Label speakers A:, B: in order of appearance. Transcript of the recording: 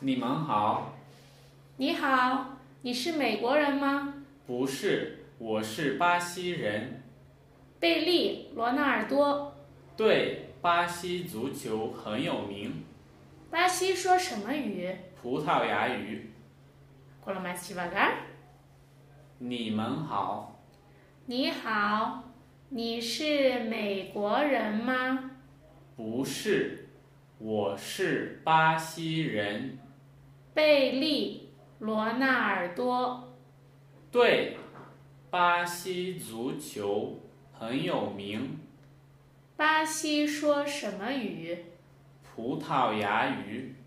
A: 你们好，
B: 你好，你是美国人吗？
A: 不是，我是巴西人。
B: 贝利·罗纳尔多，
A: 对，巴西足球很有名，
B: 巴西说什么语
A: 葡萄牙语。
B: c o l o m a s devagar。
A: 你们好，
B: 你好，你是美国人吗？
A: 不是，我是巴西人。
B: 贝利·罗纳尔多，
A: 对，巴西足球很有名，
B: 巴西说什么语
A: 葡萄牙语。